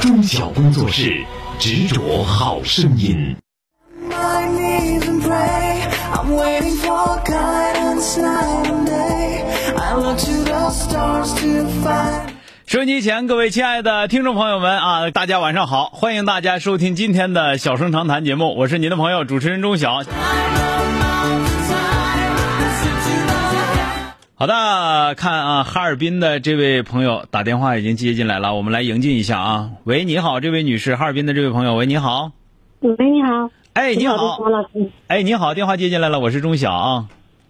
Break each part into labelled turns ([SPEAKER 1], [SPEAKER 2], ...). [SPEAKER 1] 中小工作室执着好声音。
[SPEAKER 2] My knees and pray. I'm waiting for guidance night and day. I look to the stars to find.
[SPEAKER 3] 收音机前各位亲爱的听众朋友们啊，大家晚上好！欢迎大家收听今天的《小声长谈》节目，我是您的朋友主持人钟晓。好的，看啊，哈尔滨的这位朋友打电话已经接进来了，我们来迎进一下啊。喂，你好，这位女士，哈尔滨的这位朋友，喂，你好。
[SPEAKER 4] 喂，你好。
[SPEAKER 3] 哎，你好，
[SPEAKER 4] 王老师。
[SPEAKER 3] 哎，你好，电话接进来了，我是钟晓啊。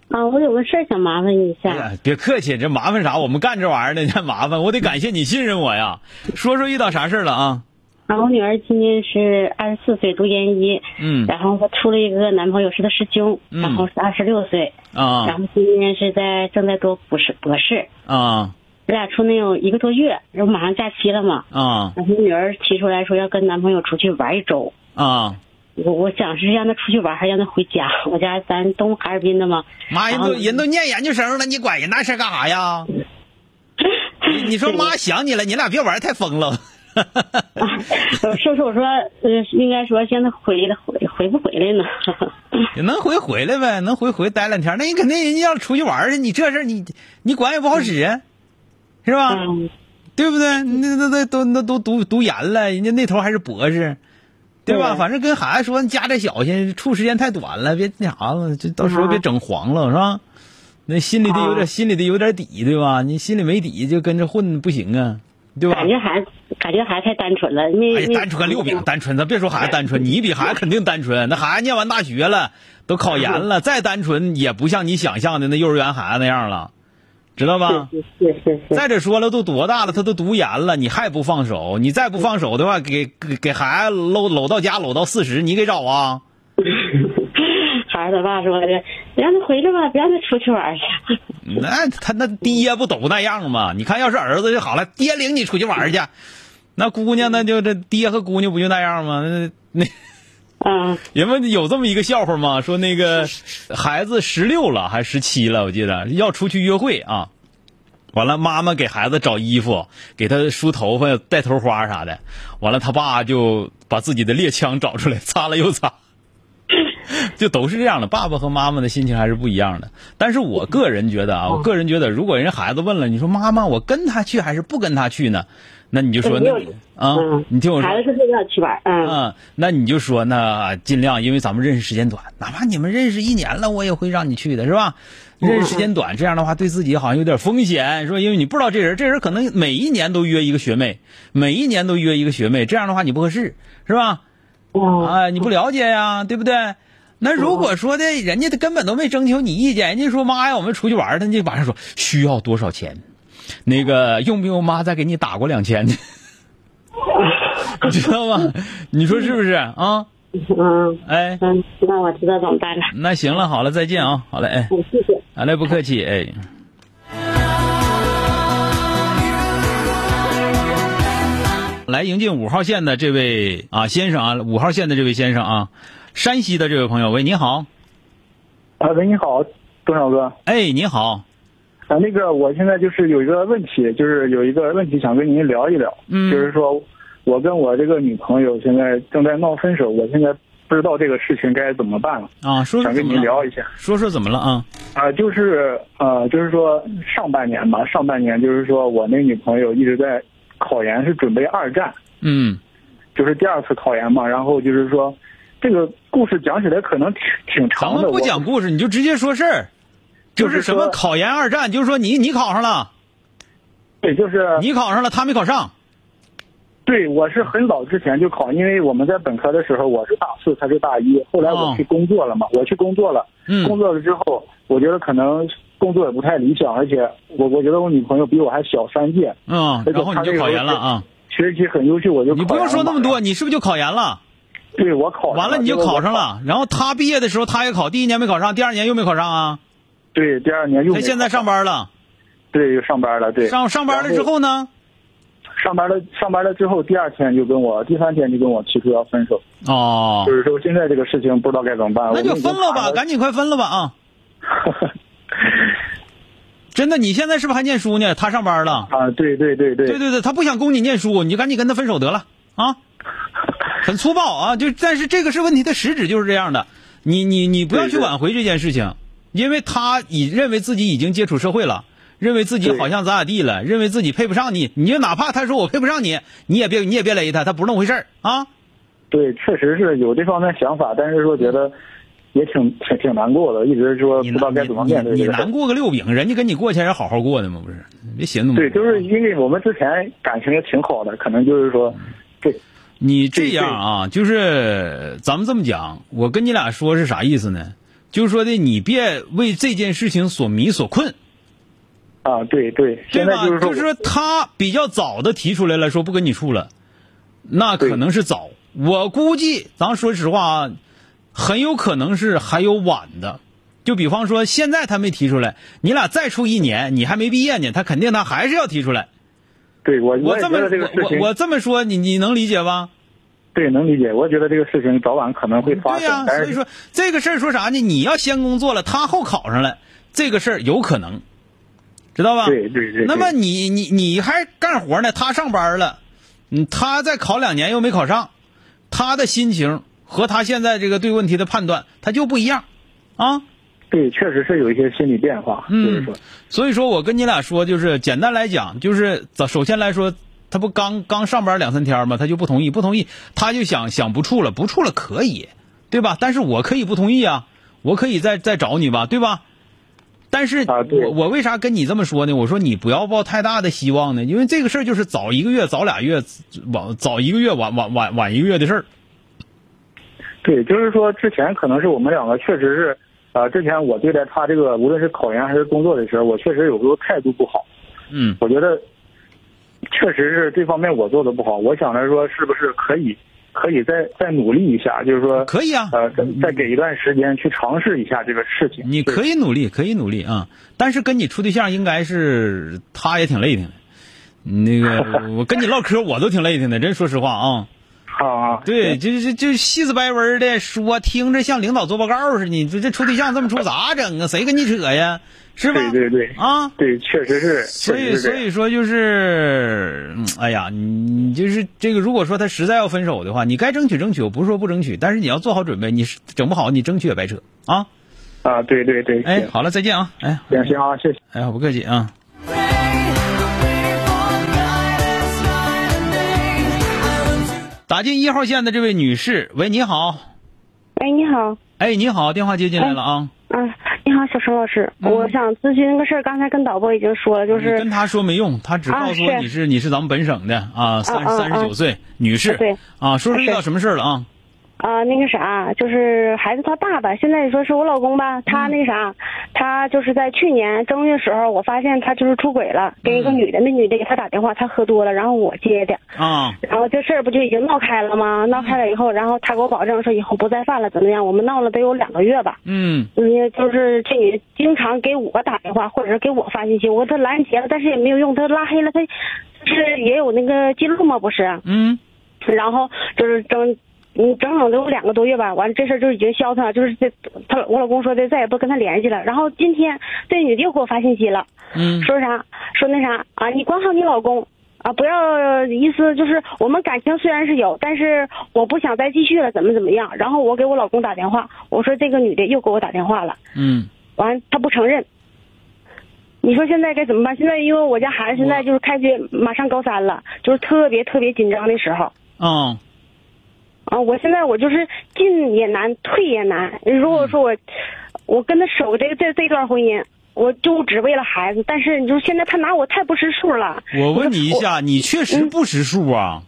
[SPEAKER 4] 啊，我有个事儿想麻烦你一
[SPEAKER 3] 哎
[SPEAKER 4] 下。
[SPEAKER 3] 呀，别客气，这麻烦啥？我们干这玩意儿的，你还麻烦？我得感谢你信任我呀。说说遇到啥事儿了啊？
[SPEAKER 4] 啊，我女儿今年是二十四岁，读研一。
[SPEAKER 3] 嗯
[SPEAKER 4] 然后她处了一个男朋友，是她师兄，
[SPEAKER 3] 嗯
[SPEAKER 4] 然后是二十六岁，
[SPEAKER 3] 啊
[SPEAKER 4] 然后今年是在正在读博士博士。
[SPEAKER 3] 啊
[SPEAKER 4] 咱俩处那有一个多月，然后马上假期了嘛。
[SPEAKER 3] 啊
[SPEAKER 4] 然后女儿提出来说要跟男朋友出去玩一周，
[SPEAKER 3] 啊！
[SPEAKER 4] 我我想是让她出去玩，还是让她回家？ 我家咱东哈尔滨 的嘛，
[SPEAKER 3] 妈，人
[SPEAKER 4] 然后
[SPEAKER 3] 都人都念研究生了，你管人那事儿干啥呀？你你说妈想你了，你俩别玩儿太疯了。
[SPEAKER 4] 我说说我说，呃，应该说现在回来回回不回来呢？
[SPEAKER 3] 能回回来呗，能回回待两天，那你肯定人家要出去玩儿去，你这事儿你你管也不好使啊，是吧？
[SPEAKER 4] 嗯，
[SPEAKER 3] 对不对？那那那都那都读读研了，人家那头还是博士，对吧？
[SPEAKER 4] 对
[SPEAKER 3] 反正跟孩子说，你家这小心，处时间太短了，别那啥了，就到时候
[SPEAKER 4] 嗯
[SPEAKER 3] 别整黄了，是吧？那心里得有点，
[SPEAKER 4] 啊
[SPEAKER 3] 心里得有点底，对吧？你心里没底就跟着混不行啊，对吧？
[SPEAKER 4] 感觉还感觉还太单纯了，
[SPEAKER 3] 哎
[SPEAKER 4] 那
[SPEAKER 3] 呀，
[SPEAKER 4] 那
[SPEAKER 3] 单纯六饼单纯，咱别说孩子单纯，你比孩子肯定单纯。那孩子念完大学了，都考研了，再单纯也不像你想象的那幼儿园孩子那样了，知道吧？
[SPEAKER 4] 是是是是，
[SPEAKER 3] 再者说了，都多大了，他都读研了，你还不放手？你再不放手的话，给给给孩子搂搂到家，搂到四十，你给找啊？
[SPEAKER 4] 孩子他爸说的，让他回来吧，别让他出去玩去。
[SPEAKER 3] 那他那爹不都那样吗？你看，要是儿子就好了，爹领你出去玩去，那姑娘那就这爹和姑娘不就那样吗？那那。
[SPEAKER 4] 嗯，
[SPEAKER 3] 人们有这么一个笑话吗？说那个孩子十六了还是十七了，我记得要出去约会啊。完了，妈妈给孩子找衣服，给他梳头发、戴头花啥的。完了，他爸就把自己的猎枪找出来，擦了又擦。就都是这样的，爸爸和妈妈的心情还是不一样的。但是我个人觉得啊，我个人觉得，如果人家孩子问了，你说妈妈，我跟他去还是不跟他去呢？那你就说那
[SPEAKER 4] 嗯没有
[SPEAKER 3] 你啊
[SPEAKER 4] 嗯，
[SPEAKER 3] 你听我说，
[SPEAKER 4] 孩子是非要去玩，嗯，
[SPEAKER 3] 嗯，那你就说那尽量，因为咱们认识时间短，哪怕你们认识一年了，我也会让你去的，是吧？认识时间短，这样的话对自己好像有点风险，是吧？因为你不知道这人，这人可能每一年都约一个学妹，每一年都约一个学妹，这样的话你不合适，是吧？
[SPEAKER 4] 哦，
[SPEAKER 3] 啊，你不了解呀，对不对？那如果说的人家他根本都没征求你意见，人家说妈呀，我们出去玩儿，他就马上说需要多少钱，那个用不用妈再给你打过两千， 你知道吗？你说是不是啊？
[SPEAKER 4] 嗯
[SPEAKER 3] 哎，
[SPEAKER 4] 嗯，那我知道怎么办了。
[SPEAKER 3] 那行了，好了，再见啊，好嘞，哎，
[SPEAKER 4] 嗯，谢谢。
[SPEAKER 3] 好嘞，不客气，哎。来迎进五号线的这位啊先生啊，五号线的这位先生啊，山西的这位朋友，喂，你好，
[SPEAKER 5] 啊，喂，你好，东晓哥。
[SPEAKER 3] 哎，你好，
[SPEAKER 5] 啊，那个，我现在就是有一个问题，就是有一个问题想跟您聊一聊，
[SPEAKER 3] 嗯
[SPEAKER 5] 就是说我跟我这个女朋友现在正在闹分手，我现在不知道这个事情该怎么办了，
[SPEAKER 3] 啊，说说
[SPEAKER 5] 想
[SPEAKER 3] 怎
[SPEAKER 5] 跟
[SPEAKER 3] 么
[SPEAKER 5] 您
[SPEAKER 3] 了
[SPEAKER 5] 聊一下。
[SPEAKER 3] 说说怎么了啊？
[SPEAKER 5] 啊，就是呃，就是说上半年吧，上半年就是说我那女朋友一直在考研，是准备二战，
[SPEAKER 3] 嗯
[SPEAKER 5] 就是第二次考研嘛，然后就是说。这个故事讲起来可能挺挺
[SPEAKER 3] 咱
[SPEAKER 5] 长的，
[SPEAKER 3] 们不
[SPEAKER 5] 我
[SPEAKER 3] 讲故事，你就直接说事儿，就
[SPEAKER 5] 就是是
[SPEAKER 3] 什么
[SPEAKER 5] 说
[SPEAKER 3] 考研二战，就是说你你考上了，
[SPEAKER 5] 对，就是
[SPEAKER 3] 你考上了，他没考上，
[SPEAKER 5] 对，我是很早之前就考，因为我们在本科的时候我是大四，他是大一。后来我去工作了嘛，我去工作了，工
[SPEAKER 3] 哦嗯
[SPEAKER 5] 作了之后，我觉得可能工作也不太理想，而且我我觉得我女朋友比我还小三届，
[SPEAKER 3] 嗯，然后你就考研了啊，
[SPEAKER 5] 学习很优秀，我就
[SPEAKER 3] 你不用说那么多，你是不是就考研了？
[SPEAKER 5] 对，我考
[SPEAKER 3] 完了你就考上。了，然后他毕业的时候他也考，第一年没考上，第二年又没考上啊，
[SPEAKER 5] 对，第二年又
[SPEAKER 3] 他现在上班
[SPEAKER 5] 班，
[SPEAKER 3] 了，
[SPEAKER 5] 对，又上班了，对，
[SPEAKER 3] 上上班了之后呢？
[SPEAKER 5] 上班了，上班了之后，第二天就跟我，第三天就跟我提出要分手，
[SPEAKER 3] 哦
[SPEAKER 5] 就，是说现在这个事情不知道该怎么办。
[SPEAKER 3] 那就分了吧，赶紧
[SPEAKER 5] 紧。
[SPEAKER 3] 快分了吧啊！真的，你现在是不是还念书呢？他上班了，
[SPEAKER 5] 啊，对对对对
[SPEAKER 3] 对对对，他不想供你念书，你就赶紧跟他分手得了啊！ 很粗暴啊，就但是这个是问题的实质就是这样的，你你你不要去
[SPEAKER 5] 对对
[SPEAKER 3] 挽回这件事情，因为他已认为自己已经接触社会了。认为自己
[SPEAKER 5] 对
[SPEAKER 3] 好像咋咋地了，认为自己配不上你，你就哪怕他说我配不上你，你也别你也别勒他，他不是那么回事儿啊。
[SPEAKER 5] 对，确实是有这方面想法，但是说觉得也挺挺挺难过的，一直说不
[SPEAKER 3] 你
[SPEAKER 5] 知道该怎么面对
[SPEAKER 3] 你
[SPEAKER 5] 这
[SPEAKER 3] 你
[SPEAKER 5] 个事
[SPEAKER 3] 难
[SPEAKER 5] 儿。
[SPEAKER 3] 过个六饼，人家跟你过去还是好好过的嘛，不是？你别寻思那么多
[SPEAKER 5] 对，就是因为我们之前感情也挺好的，可能就是说，
[SPEAKER 3] 嗯
[SPEAKER 5] 对
[SPEAKER 3] 你这样啊，就是咱们这么讲，我跟你俩说是啥意思呢？就是说的你别为这件事情所迷所困，
[SPEAKER 5] 啊，对对，
[SPEAKER 3] 对
[SPEAKER 5] 现在
[SPEAKER 3] 吧？
[SPEAKER 5] 是说
[SPEAKER 3] 就是说他比较早的提出来了，说不跟你处了，那可能是早。我估计，咱说实话啊，很有可能是还有晚的。就比方说，现在他没提出来，你俩再处一年，你还没毕业呢，他肯定他还是要提出来。
[SPEAKER 5] 对我
[SPEAKER 3] 我这
[SPEAKER 5] 也觉
[SPEAKER 3] 么
[SPEAKER 5] 得这个事
[SPEAKER 3] 我
[SPEAKER 5] 情，
[SPEAKER 3] 我我这么说，你你能理解吧？
[SPEAKER 5] 对能理解，我觉得这个事情早晚可能会发
[SPEAKER 3] 对呀、
[SPEAKER 5] 生，但
[SPEAKER 3] 所以
[SPEAKER 5] 是
[SPEAKER 3] 说这个事儿说啥呢？你要先工作了，他后考上了，这个事儿有可能，知道吧？
[SPEAKER 5] 对对对
[SPEAKER 3] 那
[SPEAKER 5] 对
[SPEAKER 3] 么你你你还干活呢，他上班了，嗯，他再考两年又没考上，他的心情和他现在这个对问题的判断，他就不一样，啊。
[SPEAKER 5] 对，确实是有一些心理变化，
[SPEAKER 3] 嗯
[SPEAKER 5] 就是说，
[SPEAKER 3] 所以说我跟你俩说，就是简单来讲，就是早首先来说，他不刚刚上班两三天吗？他就不同意，不同意，他就想想不处了，不处了可以，对吧？但是我可以不同意啊，我可以再再找你吧，对吧？但是我、
[SPEAKER 5] 啊对
[SPEAKER 3] 我为啥跟你这么说呢？我说你不要抱太大的希望呢，因为这个事儿就是早一个月、早俩月、晚早一个月、晚晚晚晚一个月的事儿。
[SPEAKER 5] 对，就是说之前可能是我们两个确实是，呃，之前我对待他这个无论是考研还是工作的时候，我确实有时候态度不好，
[SPEAKER 3] 嗯，
[SPEAKER 5] 我觉得确实是这方面我做的不好。我想着说，是不是可以可以再再努力一下，就是说
[SPEAKER 3] 可以啊
[SPEAKER 5] 呃，再再给一段时间去尝试一下这个事情。
[SPEAKER 3] 你可以努力，可以努力啊、但是跟你处对象应该是他也挺累挺的。那 个，我跟你唠嗑我都挺累挺的，真说实话啊。
[SPEAKER 5] 啊，啊
[SPEAKER 3] 对，这这这细子白文的说，听着像领导做报告似的。你这这处对象这么处咋整啊？谁跟你扯呀？是吧？
[SPEAKER 5] 对对对
[SPEAKER 3] 啊。
[SPEAKER 5] 对，确实是，
[SPEAKER 3] 所
[SPEAKER 5] 确
[SPEAKER 3] 以
[SPEAKER 5] 实是
[SPEAKER 3] 所
[SPEAKER 5] 这样。
[SPEAKER 3] 以说就是，嗯哎呀，你你就是这个，如果说他实在要分手的话，你该争取争取，我不是说不争取，但是你要做好准备，你是整不好你争取也白扯啊。
[SPEAKER 5] 啊，对对对，
[SPEAKER 3] 哎，
[SPEAKER 5] 行
[SPEAKER 3] 好了，再见啊。哎，
[SPEAKER 5] 行行啊，谢谢。
[SPEAKER 3] 哎，好不客气啊。打进一号线的这位女士，喂，你好，
[SPEAKER 4] 哎，你好，
[SPEAKER 3] 哎，你好，电话接进来了啊，
[SPEAKER 4] 嗯，你好，小程老师，
[SPEAKER 3] 嗯
[SPEAKER 4] 我想咨询一个事儿，刚才跟导播已经说了，就
[SPEAKER 3] 你跟
[SPEAKER 4] 是
[SPEAKER 3] 她说没用，她只
[SPEAKER 4] 啊
[SPEAKER 3] 告诉我
[SPEAKER 4] 是
[SPEAKER 3] 你是、你是咱们本省的啊，三
[SPEAKER 4] 啊
[SPEAKER 3] 三十九岁女士，
[SPEAKER 4] 对，
[SPEAKER 3] 啊，说说遇到什么事儿了啊？
[SPEAKER 4] 啊、那个啥，就是孩子他爸爸，现在说是我老公吧，他那啥，他就是在去年正月时候，我发现他就是出轨了，跟一个女的，那女的给他打电话，他喝多了，然后我接的，
[SPEAKER 3] 啊，
[SPEAKER 4] 然后这事儿不就已经闹开了吗？闹开了以后，然后他给我保证说以后不再犯了，怎么样？我们闹了得有两个月吧。
[SPEAKER 3] 嗯，
[SPEAKER 4] 嗯，就是这女的经常给我打电话，或者是给我发信息，我给她拦截了，但是也没有用，她拉黑了，她就是也有那个记录嘛，不是？
[SPEAKER 3] 嗯，
[SPEAKER 4] 然后就是整，嗯，整整都有两个多月吧。完，这事儿就已经消停了，就是这他我老公说的再也不跟他联系了。然后今天这女的又给我发信息了，
[SPEAKER 3] 嗯
[SPEAKER 4] 说啥说那啥啊，你管好你老公。啊，不要意思就是我们感情虽然是有，但是我不想再继续了，怎么怎么样？然后我给我老公打电话，我说这个女的又给我打电话了，
[SPEAKER 3] 嗯，
[SPEAKER 4] 完他不承认。你说现在该怎么办？现在因为我家孩子现在就是开学，马上高三了，就是特别特别紧张的时候。
[SPEAKER 3] 啊，
[SPEAKER 4] 啊，我现在我就是进也难，退也难。
[SPEAKER 3] 嗯
[SPEAKER 4] 如果说我，我跟他守这这这段婚姻，我就只为了孩子。但是你说现在他拿我太不识数了。
[SPEAKER 3] 我问你一下，你确实不识数啊？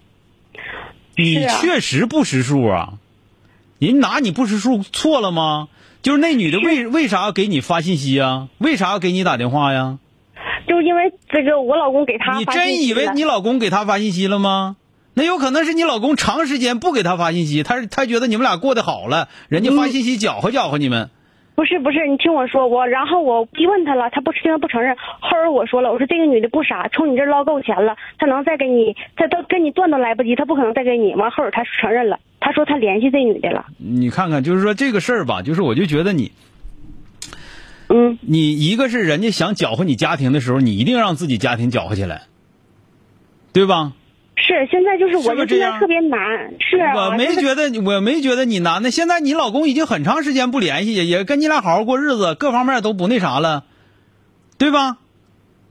[SPEAKER 3] 你
[SPEAKER 4] 嗯是啊
[SPEAKER 3] 确实不识数啊？人拿你不识数错了吗？就是那女的为为啥要给你发信息啊？为啥要给你打电话呀？
[SPEAKER 4] 我，就是因为这个我老公给他
[SPEAKER 3] 你
[SPEAKER 4] 发信
[SPEAKER 3] 真
[SPEAKER 4] 息
[SPEAKER 3] 以为
[SPEAKER 4] 了
[SPEAKER 3] 你老公给她发信息了吗？那有可能是你老公长时间不给他发信息，他是他觉得你们俩过得好了，人家发信息搅和搅和你们。
[SPEAKER 4] 不是不是，你听我说，我然后我一问他了，他不现在不承认。后来我说了，我说这个女的不傻，从你这儿捞够钱了，她能再给你，她都跟你断都来不及，她不可能再给你。完后儿她承认了，她说她联系这女的了。
[SPEAKER 3] 你看看，就是说这个事儿吧，就是我就觉得你，
[SPEAKER 4] 嗯，
[SPEAKER 3] 你一个是人家想搅和你家庭的时候，你一定让自己家庭搅和起来，对吧？
[SPEAKER 4] 是，现在就是
[SPEAKER 3] 是
[SPEAKER 4] 我
[SPEAKER 3] 不是
[SPEAKER 4] 就
[SPEAKER 3] 这
[SPEAKER 4] 现
[SPEAKER 3] 样
[SPEAKER 4] 在特别难，是
[SPEAKER 3] 我
[SPEAKER 4] 啊
[SPEAKER 3] 没
[SPEAKER 4] 就是
[SPEAKER 3] 觉得，我没觉得你难的。现在你老公已经很长时间不联系，也也跟你俩好好过日子，各方面都不那啥了，对吧？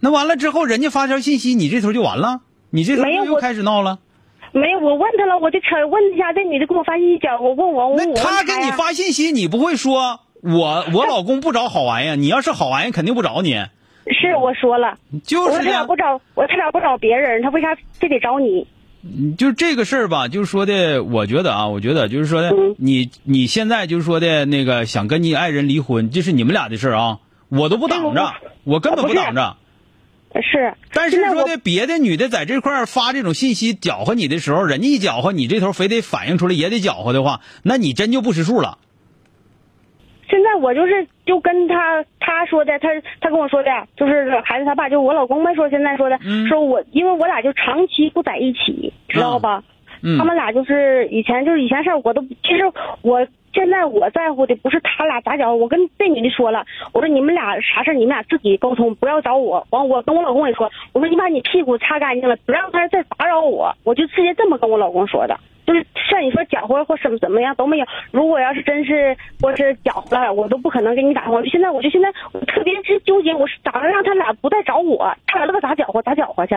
[SPEAKER 3] 那完了之后，人家发条信息，你这头就完了，你这头
[SPEAKER 4] 没有
[SPEAKER 3] 又
[SPEAKER 4] 我
[SPEAKER 3] 开始闹了。
[SPEAKER 4] 没有，我问他了，我就扯问一下，这女的给我发信息讲，我问我，我问啊
[SPEAKER 3] 那
[SPEAKER 4] 我
[SPEAKER 3] 他
[SPEAKER 4] 问
[SPEAKER 3] 给你
[SPEAKER 4] 呀，
[SPEAKER 3] 发信息，你不会说我 我老公不找好玩意儿？你要是好玩意儿，肯定不找你。
[SPEAKER 4] 是我说了，
[SPEAKER 3] 就
[SPEAKER 4] 我
[SPEAKER 3] 是
[SPEAKER 4] 说他
[SPEAKER 3] 呀
[SPEAKER 4] 俩不找我，他俩不找别人，他为啥非得找你？
[SPEAKER 3] 就这个事儿吧，就是说的，我觉得啊，我觉得就是说的
[SPEAKER 4] 嗯，
[SPEAKER 3] 你你现在就是说的那个想跟你爱人离婚，这是你们俩的事儿啊，我都不挡着，
[SPEAKER 4] 哎
[SPEAKER 3] 我根本不挡着。
[SPEAKER 4] 啊是，
[SPEAKER 3] 但
[SPEAKER 4] 现
[SPEAKER 3] 是
[SPEAKER 4] 在
[SPEAKER 3] 说
[SPEAKER 4] 我
[SPEAKER 3] 的别的女的在这块儿发这种信息搅和你的时候，人家一搅和，你这头非得反应出来也得搅和的话，那你真就不识数了。
[SPEAKER 4] 现在我就是就跟他他说的，他他跟我说的，就是孩子他爸，就是我老公们说现在说的，
[SPEAKER 3] 嗯
[SPEAKER 4] 说我因为我俩就长期不在一起，知道吧？
[SPEAKER 3] 嗯
[SPEAKER 4] 他们俩就是以前就是以前事儿我都其实我。现在我在乎的不是他俩咋搅，我跟这女的说了，我说你们俩啥事儿你们俩自己沟通，不要找我。完，我跟我老公也说，我说你把你屁股擦干净了，不让他再打扰我。我就直接这么跟我老公说的。就是像你说搅和或什么怎么样都没有。如果要是真是我是搅和了，我都不可能给你打电话。现在我就现在我特别是纠结，我是咋能让他俩不再找我？他俩他妈咋搅和咋搅和去？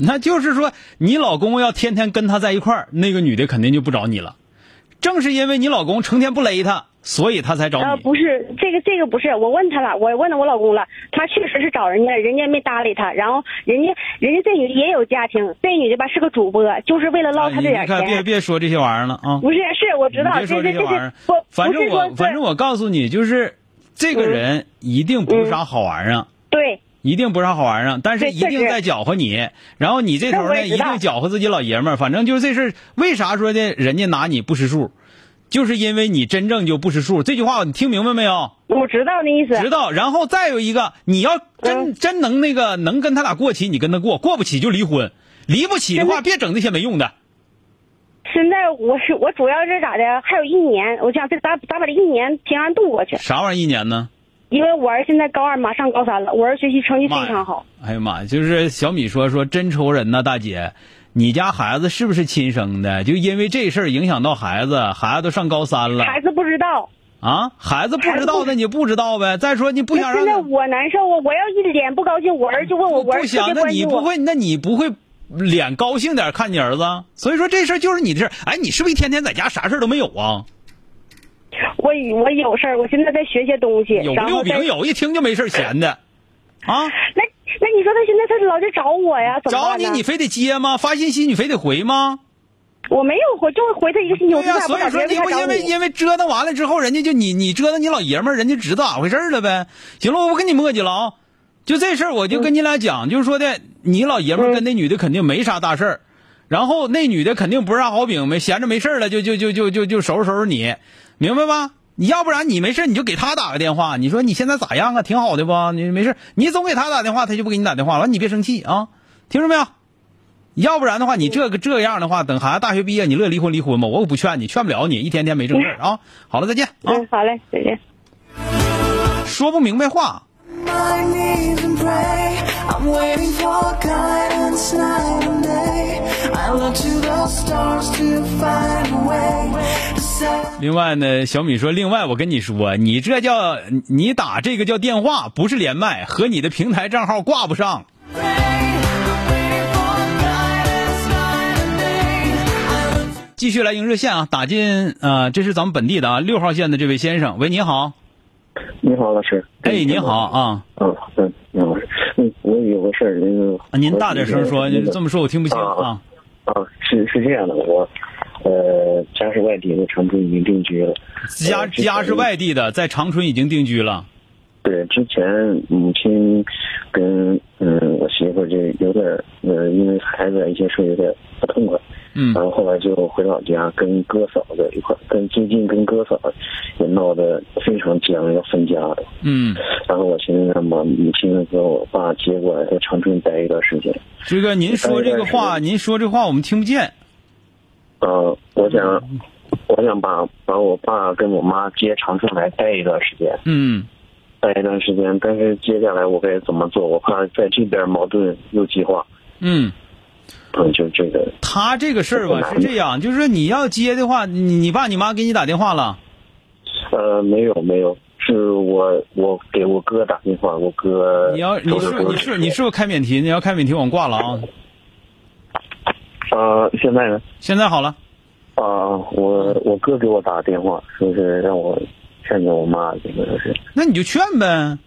[SPEAKER 3] 那就是说，你老公要天天跟他在一块儿，那个女的肯定就不找你了。正是因为你老公成天不勒她，所以她才找你。
[SPEAKER 4] 呃，不是这个这个不是，我问他了，我问了我老公了，他确实是找人家，人家没搭理他。然后人家人家这女的也有家庭，这女的吧是个主播，就是为了捞
[SPEAKER 3] 啊
[SPEAKER 4] 他
[SPEAKER 3] 你
[SPEAKER 4] 这点
[SPEAKER 3] 你看，别
[SPEAKER 4] 钱。
[SPEAKER 3] 别说这些玩意儿了啊！
[SPEAKER 4] 不是，是我知道，
[SPEAKER 3] 你别说
[SPEAKER 4] 这
[SPEAKER 3] 这些
[SPEAKER 4] 这
[SPEAKER 3] 玩意
[SPEAKER 4] 这
[SPEAKER 3] 儿
[SPEAKER 4] 不，
[SPEAKER 3] 反
[SPEAKER 4] 不
[SPEAKER 3] 正
[SPEAKER 4] 是说嗯
[SPEAKER 3] 我反正我告诉你，就是这个人一定不是啥好玩意儿，啊
[SPEAKER 4] 对
[SPEAKER 3] 一定不是啥好玩意儿，啊但是
[SPEAKER 4] 对
[SPEAKER 3] 一
[SPEAKER 4] 确
[SPEAKER 3] 定
[SPEAKER 4] 实
[SPEAKER 3] 在搅和你。然后你这头
[SPEAKER 4] 那我
[SPEAKER 3] 呢，
[SPEAKER 4] 也
[SPEAKER 3] 一
[SPEAKER 4] 知道
[SPEAKER 3] 定搅和自己老爷们儿。反正就是这事儿，为啥说的人家拿你不识数，就是因为你真正就不识数。这句话你听明白没有？
[SPEAKER 4] 我知道那意思。
[SPEAKER 3] 知道。然后再有一个，你要真、
[SPEAKER 4] 嗯
[SPEAKER 3] 真能那个能跟他俩过起，你跟他过；过不起就离婚，离不起的话
[SPEAKER 4] 真
[SPEAKER 3] 别整那些没用的。
[SPEAKER 4] 现在我是我主要是咋的？还有一年，我想这咋咋把这一年平安度过去？
[SPEAKER 3] 啥玩意儿一年呢？
[SPEAKER 4] 因为我儿现在高二，马上高三了，我儿学习成绩非
[SPEAKER 3] 妈呀
[SPEAKER 4] 常好。！
[SPEAKER 3] 哎呀妈呀，就是小米说说真愁人呐，大姐，你家孩子是不是亲生的？就因为这事儿影响到孩子，孩子都上高三了
[SPEAKER 4] 孩子不知道，
[SPEAKER 3] 啊，孩子不知道
[SPEAKER 4] 孩子不
[SPEAKER 3] 那你不知道呗。再说你不
[SPEAKER 4] 那
[SPEAKER 3] 想
[SPEAKER 4] 现
[SPEAKER 3] 让
[SPEAKER 4] 在
[SPEAKER 3] 他
[SPEAKER 4] 我难受啊！我要一脸不高兴，我儿就问我，我
[SPEAKER 3] 不
[SPEAKER 4] 儿特
[SPEAKER 3] 想，
[SPEAKER 4] 别
[SPEAKER 3] 那
[SPEAKER 4] 关
[SPEAKER 3] 你
[SPEAKER 4] 心
[SPEAKER 3] 不
[SPEAKER 4] 我。
[SPEAKER 3] 会，那你不会脸高兴点看你儿子？所以说这事儿就是你的事儿。哎，你是不是一天天在家啥事儿都没有啊？
[SPEAKER 4] 我我有事儿，我现在在学些东西，
[SPEAKER 3] 有
[SPEAKER 4] 然
[SPEAKER 3] 六
[SPEAKER 4] 后在
[SPEAKER 3] 饼有，一听就没事儿闲的，啊，
[SPEAKER 4] 那那你说他现在他老是找我呀，怎么
[SPEAKER 3] 找
[SPEAKER 4] 办
[SPEAKER 3] 你
[SPEAKER 4] 呢？
[SPEAKER 3] 你非得接吗？发信息你非得回吗？
[SPEAKER 4] 我没有回，就回他一个星期，我
[SPEAKER 3] 对
[SPEAKER 4] 就
[SPEAKER 3] 呀、
[SPEAKER 4] 咋
[SPEAKER 3] 所
[SPEAKER 4] 不
[SPEAKER 3] 以
[SPEAKER 4] 咋
[SPEAKER 3] 说
[SPEAKER 4] 别
[SPEAKER 3] 你不
[SPEAKER 4] 为啥找
[SPEAKER 3] 因为
[SPEAKER 4] 你？
[SPEAKER 3] 因为折腾完了之后，人家就你你折腾你老爷们儿，人家知道咋回事儿了呗。行了，我不跟你磨叽了啊，就这事儿我就跟你俩讲，就是说的你老爷们儿跟
[SPEAKER 4] 嗯
[SPEAKER 3] 那女的肯定没啥大事儿。然后那女的肯定不是啥好饼，没闲着没事儿了就就就就就就收拾收拾你，明白吧？你要不然你没事儿你就给她打个电话，你说你现在咋样啊？挺好的吧？你没事儿，你总给她打电话，她就不给你打电话，完你别生气啊，听着没有？要不然的话，你这个这样的话，等孩子大学毕业，你乐意离婚离婚吧，我可不劝你，劝不了你，一天天没正事儿啊。好了，再见啊，
[SPEAKER 4] 嗯，好嘞，再见。
[SPEAKER 3] 说不明白话，
[SPEAKER 2] my knees and pray. I'm waiting for guidance night and day. I look to the stars to find a way to set.
[SPEAKER 3] 另外呢，小米说，另外我跟你说，你这叫你打这个叫电话，不是连麦，和你的平台账号挂不上。继续来迎热线啊，打进呃，这是咱们本地的啊，六号线的这位先生，喂，你好，
[SPEAKER 6] 你好，老师。
[SPEAKER 3] 哎，你好。啊，
[SPEAKER 6] 嗯，嗯，你好，老师。嗯，我有个事儿，那个
[SPEAKER 3] 啊您大点声说，这么说我听不清啊
[SPEAKER 6] 啊，啊，是是这样的，我呃家是外地，我长春已经定居了。
[SPEAKER 5] 呃
[SPEAKER 3] 家家是外地的，在长春已经定居了。
[SPEAKER 6] 对，之前母亲呃跟嗯、我媳妇儿就有点儿呃，因为孩子一些事儿有点儿不痛快，
[SPEAKER 3] 嗯
[SPEAKER 6] 然后后来就回老家跟哥嫂子一块儿，跟最近跟哥嫂也闹得非常僵，要分家了。
[SPEAKER 3] 嗯，
[SPEAKER 6] 然后我寻思让我母亲和我爸接过来，在长春待一段时间。
[SPEAKER 3] 这个您说这个话，您说这话我们听不见。
[SPEAKER 6] 呃，我想，我想把把我爸跟我妈接长春来待一段时间，
[SPEAKER 3] 嗯
[SPEAKER 6] 待一段时间。但是接下来我该怎么做？我怕在这边矛盾又激化。
[SPEAKER 3] 嗯，
[SPEAKER 6] 嗯，就这个，
[SPEAKER 3] 他这个事儿吧是这样，就是说你要接的话，你你爸你妈给你打电话了。
[SPEAKER 6] 呃，没有没有，是我我给我哥打电话，我哥
[SPEAKER 3] 你要你是你是你是不是开免提？你要开免提，我们挂了啊。
[SPEAKER 6] 呃，现在呢？
[SPEAKER 3] 现在好了，
[SPEAKER 6] 啊、我
[SPEAKER 3] 嗯
[SPEAKER 6] 我哥给我打电话，说是让我劝劝我妈，这个是
[SPEAKER 3] 那你就劝呗。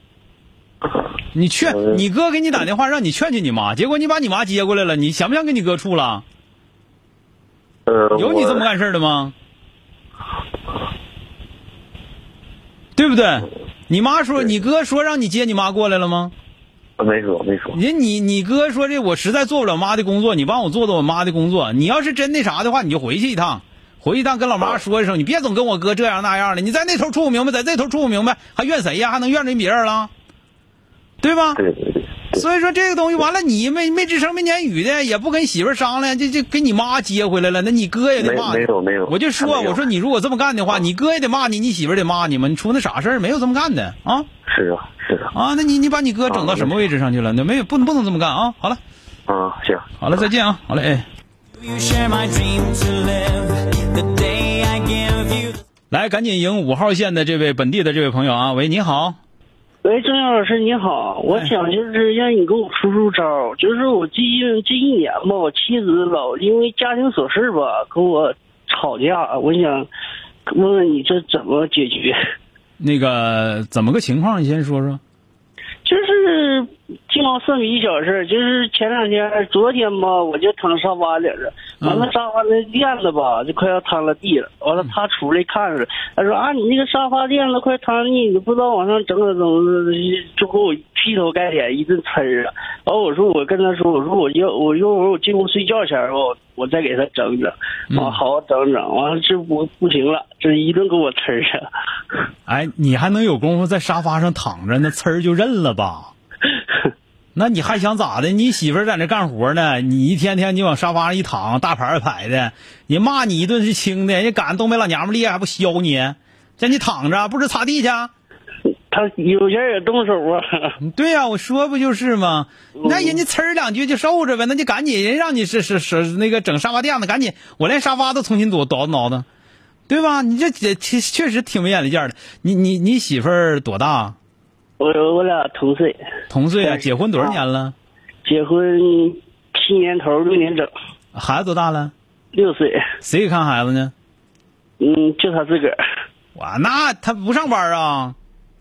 [SPEAKER 3] 你劝你哥给你打电话，让你劝劝你妈，结果你把你妈接过来了，你想不想跟你哥处了？
[SPEAKER 6] 呃，
[SPEAKER 3] 有你这么
[SPEAKER 6] 我
[SPEAKER 3] 干事儿的吗？对不对？你妈说，你哥说让你接你妈过来了吗？
[SPEAKER 6] 没说没说，
[SPEAKER 3] 你你你哥说这我实在做不了妈的工作，你帮我做做我妈的工作。你要是真那啥的话，你就回去一趟，回去一趟跟老妈说一声，你别总跟我哥这样那样的。你在那头处不明白，在这头处不明白，还怨谁呀？还能怨人别人了，对吧？
[SPEAKER 6] 对对对，
[SPEAKER 3] 所以说这个东西完了，你没没吱声没言语的，也不跟媳妇儿商量，这这给你妈接回来了，那你哥也得骂你
[SPEAKER 6] 没没有没有
[SPEAKER 3] 我就说
[SPEAKER 6] 没有啊
[SPEAKER 3] 我说你如果这么干的话，你哥也得骂你，你媳妇儿得骂你嘛，你出那啥事儿没有这么干的啊
[SPEAKER 6] 是啊是啊，
[SPEAKER 3] 啊！那你你把你哥整到什么位置上去了？那没有不能不能这么干啊！好了
[SPEAKER 6] 啊行。
[SPEAKER 3] 好了，再见啊！好嘞，哎，
[SPEAKER 2] You share my dream to live. The day I give you.
[SPEAKER 3] 来赶紧迎五号线的这位本地的这位朋友啊，喂，你好，
[SPEAKER 7] 喂，郑阳老师你好，我想就是让你给我出出招儿，就是我最近这一年吧，我妻子老因为家庭琐事吧跟我吵架，我想问问你这怎么解决？
[SPEAKER 3] 那个怎么个情况？你先说说。
[SPEAKER 7] 就是鸡毛蒜皮小事儿，就是前两天昨天吧，我就躺沙发里了，完了
[SPEAKER 3] 嗯
[SPEAKER 7] 沙发那垫子吧就快要塌了地了，完了他出来看着，他说啊你那个沙发垫子快塌了地，你不知道往上整整整整，就给我劈头盖脸一顿呲儿啊！完我说我跟他说我说我要我一会儿我进屋睡觉前儿我我再给他整整，完好好整整，完了这不不行了，这一顿给我呲儿啊！
[SPEAKER 3] 哎，你还能有功夫在沙发上躺着，那呲儿就认了吧？那你还想咋的？你媳妇儿在那干活呢，你一天天你往沙发上一躺，大排排的，人骂你一顿是轻的，人家赶东北老娘们厉害还不削你？让你躺着不知擦地去？啊
[SPEAKER 7] 他有些也动手啊。
[SPEAKER 3] 嗯对呀、我说不就是吗？那人家呲儿两句就受着呗，那就赶紧人让你是是是那个整沙发垫子，赶紧我连沙发都重新躲倒腾倒腾，对吧？你这这确确实挺没眼力见儿的。你你你媳妇儿多大啊、
[SPEAKER 7] 我我俩同岁，
[SPEAKER 3] 同岁啊，
[SPEAKER 7] 对
[SPEAKER 3] 结婚多少年了？
[SPEAKER 7] 结婚七年头六年整，
[SPEAKER 3] 孩子多大了？
[SPEAKER 7] 六岁，
[SPEAKER 3] 谁给看孩子呢？
[SPEAKER 7] 嗯，就他自个儿，
[SPEAKER 3] 哇，那他不上班啊？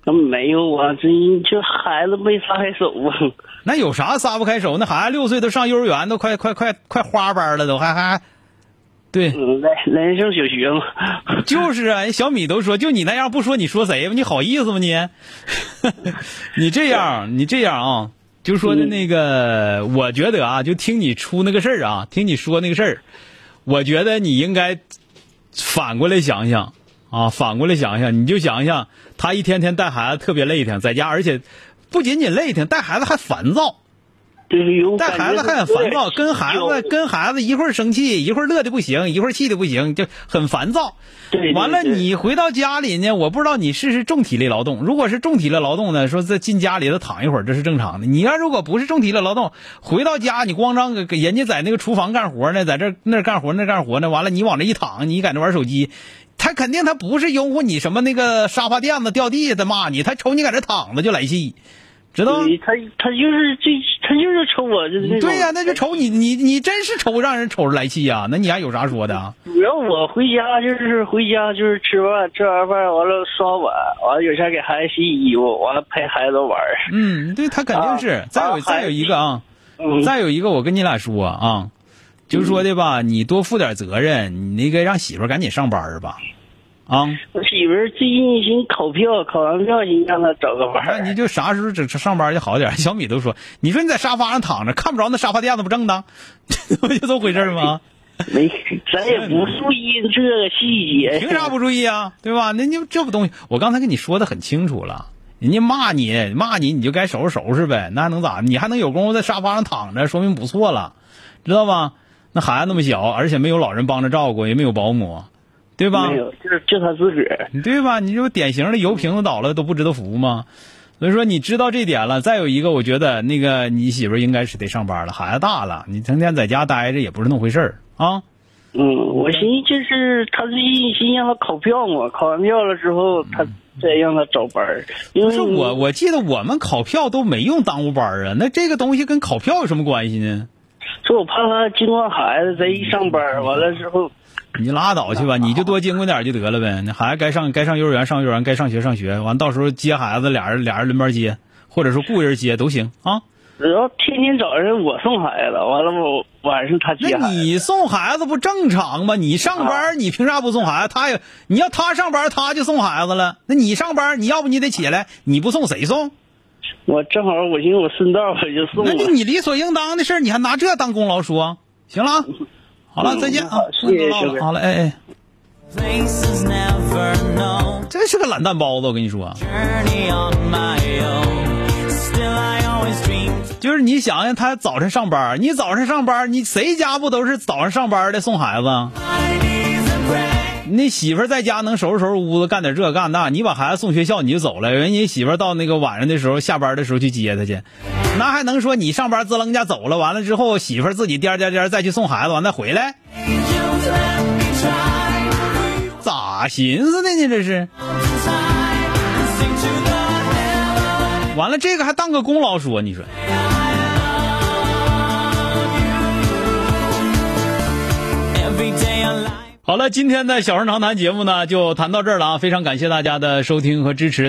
[SPEAKER 7] 他没有啊，这这孩子没撒开手啊，
[SPEAKER 3] 那有啥撒不开手？那孩子六岁都上幼儿园，都快快快快花班了，都还还，对，
[SPEAKER 7] 嗯，来来上小学嘛，
[SPEAKER 3] 就是啊。人小米都说，就你那样不说，你说谁吧？你好意思吗你？ 你这样，你这样啊，就说的那个，我觉得啊，就听你出那个事儿啊，听你说那个事儿，我觉得你应该反过来想想啊，反过来想想，你就想一想，他一天天带孩子特别累挺，在家，而且不仅仅累挺，带孩子还烦躁，
[SPEAKER 7] 就是有
[SPEAKER 3] 带
[SPEAKER 7] 感
[SPEAKER 3] 孩子
[SPEAKER 7] 觉
[SPEAKER 3] 还很烦躁，跟孩
[SPEAKER 7] 有
[SPEAKER 3] 子跟孩子一会儿生气，一会儿乐的不行，一会儿气的不行，就很烦躁。
[SPEAKER 7] 对对
[SPEAKER 3] 完了，
[SPEAKER 7] 对
[SPEAKER 3] 你回到家里呢，我不知道你试试重体力劳动。如果是重体力劳动呢，说在进家里头躺一会儿，这是正常的。你要如果不是重体力劳动，回到家你光让给人家在那个厨房干活呢，在这儿那儿干活那儿干活呢，完了你往这一躺，你搁那玩手机。他肯定他不是拥护你什么那个沙发垫子掉地下的骂你，他瞅你搁这躺着就来气，知道吗？
[SPEAKER 7] 对他他就是这他就是瞅我就是那种
[SPEAKER 3] 对呀、那就瞅你，你你真是瞅让人瞅着来气呀、那你还有啥说的啊？
[SPEAKER 7] 主要我回家就是回家就是吃饭，吃完饭完了刷碗，完了有钱给孩子洗衣服，完了陪孩子玩儿，
[SPEAKER 3] 嗯，对他肯定是。
[SPEAKER 7] 啊
[SPEAKER 3] 再有、
[SPEAKER 7] 啊
[SPEAKER 3] 再有一个啊，
[SPEAKER 7] 嗯，
[SPEAKER 3] 再有一个，我跟你俩说啊，就是说的吧，你多负点责任，你那个让媳妇儿赶紧上班儿吧，啊，
[SPEAKER 7] 我媳妇儿最近寻考票，考完票寻让她找个伴
[SPEAKER 3] 那
[SPEAKER 7] 儿。
[SPEAKER 3] 你就啥时候整上班就好点儿。小 米都说，你说你在沙发上躺着看不着那沙发垫子不正当，不就这么回事儿吗？
[SPEAKER 7] 没，咱也不注意这个细节。
[SPEAKER 3] 凭啥不注意啊？对吧？那就这不东西，我刚才跟你说的很清楚了。人家骂你，骂你，你就该收拾收拾呗，那还能咋？你还能有功夫在沙发上躺着，说明不错了，知道吧？那孩子那么小，而且没有老人帮着照顾，也没有保姆，对吧
[SPEAKER 7] 没？有，就是就他自个儿。
[SPEAKER 3] 对吧？你这不典型的油瓶子倒了都不知道扶吗？所以说你知道这点了。再有一个，我觉得那个你媳妇儿应该是得上班了，孩子大了，你成天在家待着也不是那么回事儿啊。
[SPEAKER 7] 嗯，我寻思就是他最近寻思让他考票嘛，考完票了之后，他再让他找班儿。因
[SPEAKER 3] 不
[SPEAKER 7] 为
[SPEAKER 3] 是
[SPEAKER 7] 你
[SPEAKER 3] 我，我记得我们考票都没用当务班儿啊，那这个东西跟考票有什么关系呢？
[SPEAKER 7] 说我怕他经过孩子，贼一上班儿完了之后，
[SPEAKER 3] 你拉倒去吧，你就多经过点儿就得了呗。那孩子该上该上幼儿园上幼儿园，该上学上学，完到时候接孩子俩人俩人轮班接，或者说雇人接都行啊。
[SPEAKER 7] 然后天天早上我送孩子，完了我晚上他接
[SPEAKER 3] 那
[SPEAKER 7] 孩子。啊
[SPEAKER 3] 你送孩子不正常吗？你上班儿你凭啥不送孩子？他也你要他上班儿他就送孩子了，那你上班儿你要不你得起来，你不送谁送？
[SPEAKER 7] 我正好我寻思我顺道我就送
[SPEAKER 3] 那
[SPEAKER 7] 了
[SPEAKER 3] 你。你理所应当的事儿，你还拿这当功劳说？行了啊，好了，
[SPEAKER 7] 嗯
[SPEAKER 3] 再见啊
[SPEAKER 7] 好，
[SPEAKER 3] 不
[SPEAKER 7] 谢谢
[SPEAKER 3] 唠
[SPEAKER 7] 小
[SPEAKER 3] 了，
[SPEAKER 7] 伟
[SPEAKER 3] 好了，哎哎，
[SPEAKER 2] Places never known.
[SPEAKER 3] 这是个懒蛋包子，我跟你说，
[SPEAKER 2] Journey on my own. Still, I always dreamed.
[SPEAKER 3] 就是你想想，他早晨上班儿，你早晨上班儿，你谁家不都是早上上班儿的送孩子啊？
[SPEAKER 2] I need a break.
[SPEAKER 3] 那媳妇儿在家能收拾收拾屋子，干点这干那，你把孩子送学校你就走了，人家媳妇儿到那个晚上的时候，下班的时候去接他去，那还能说你上班滋楞家走了，完了之后媳妇儿自己颠儿颠儿颠儿再去送孩子，完再回来，
[SPEAKER 2] Angels let me try. We
[SPEAKER 3] 咋寻思的呢？这是，
[SPEAKER 2] will try and sing to the hello.
[SPEAKER 3] 完了这个还当个功劳说，你说
[SPEAKER 2] Every day I lie.
[SPEAKER 3] 好了，今天的小声长谈节目呢就谈到这儿了啊，非常感谢大家的收听和支持。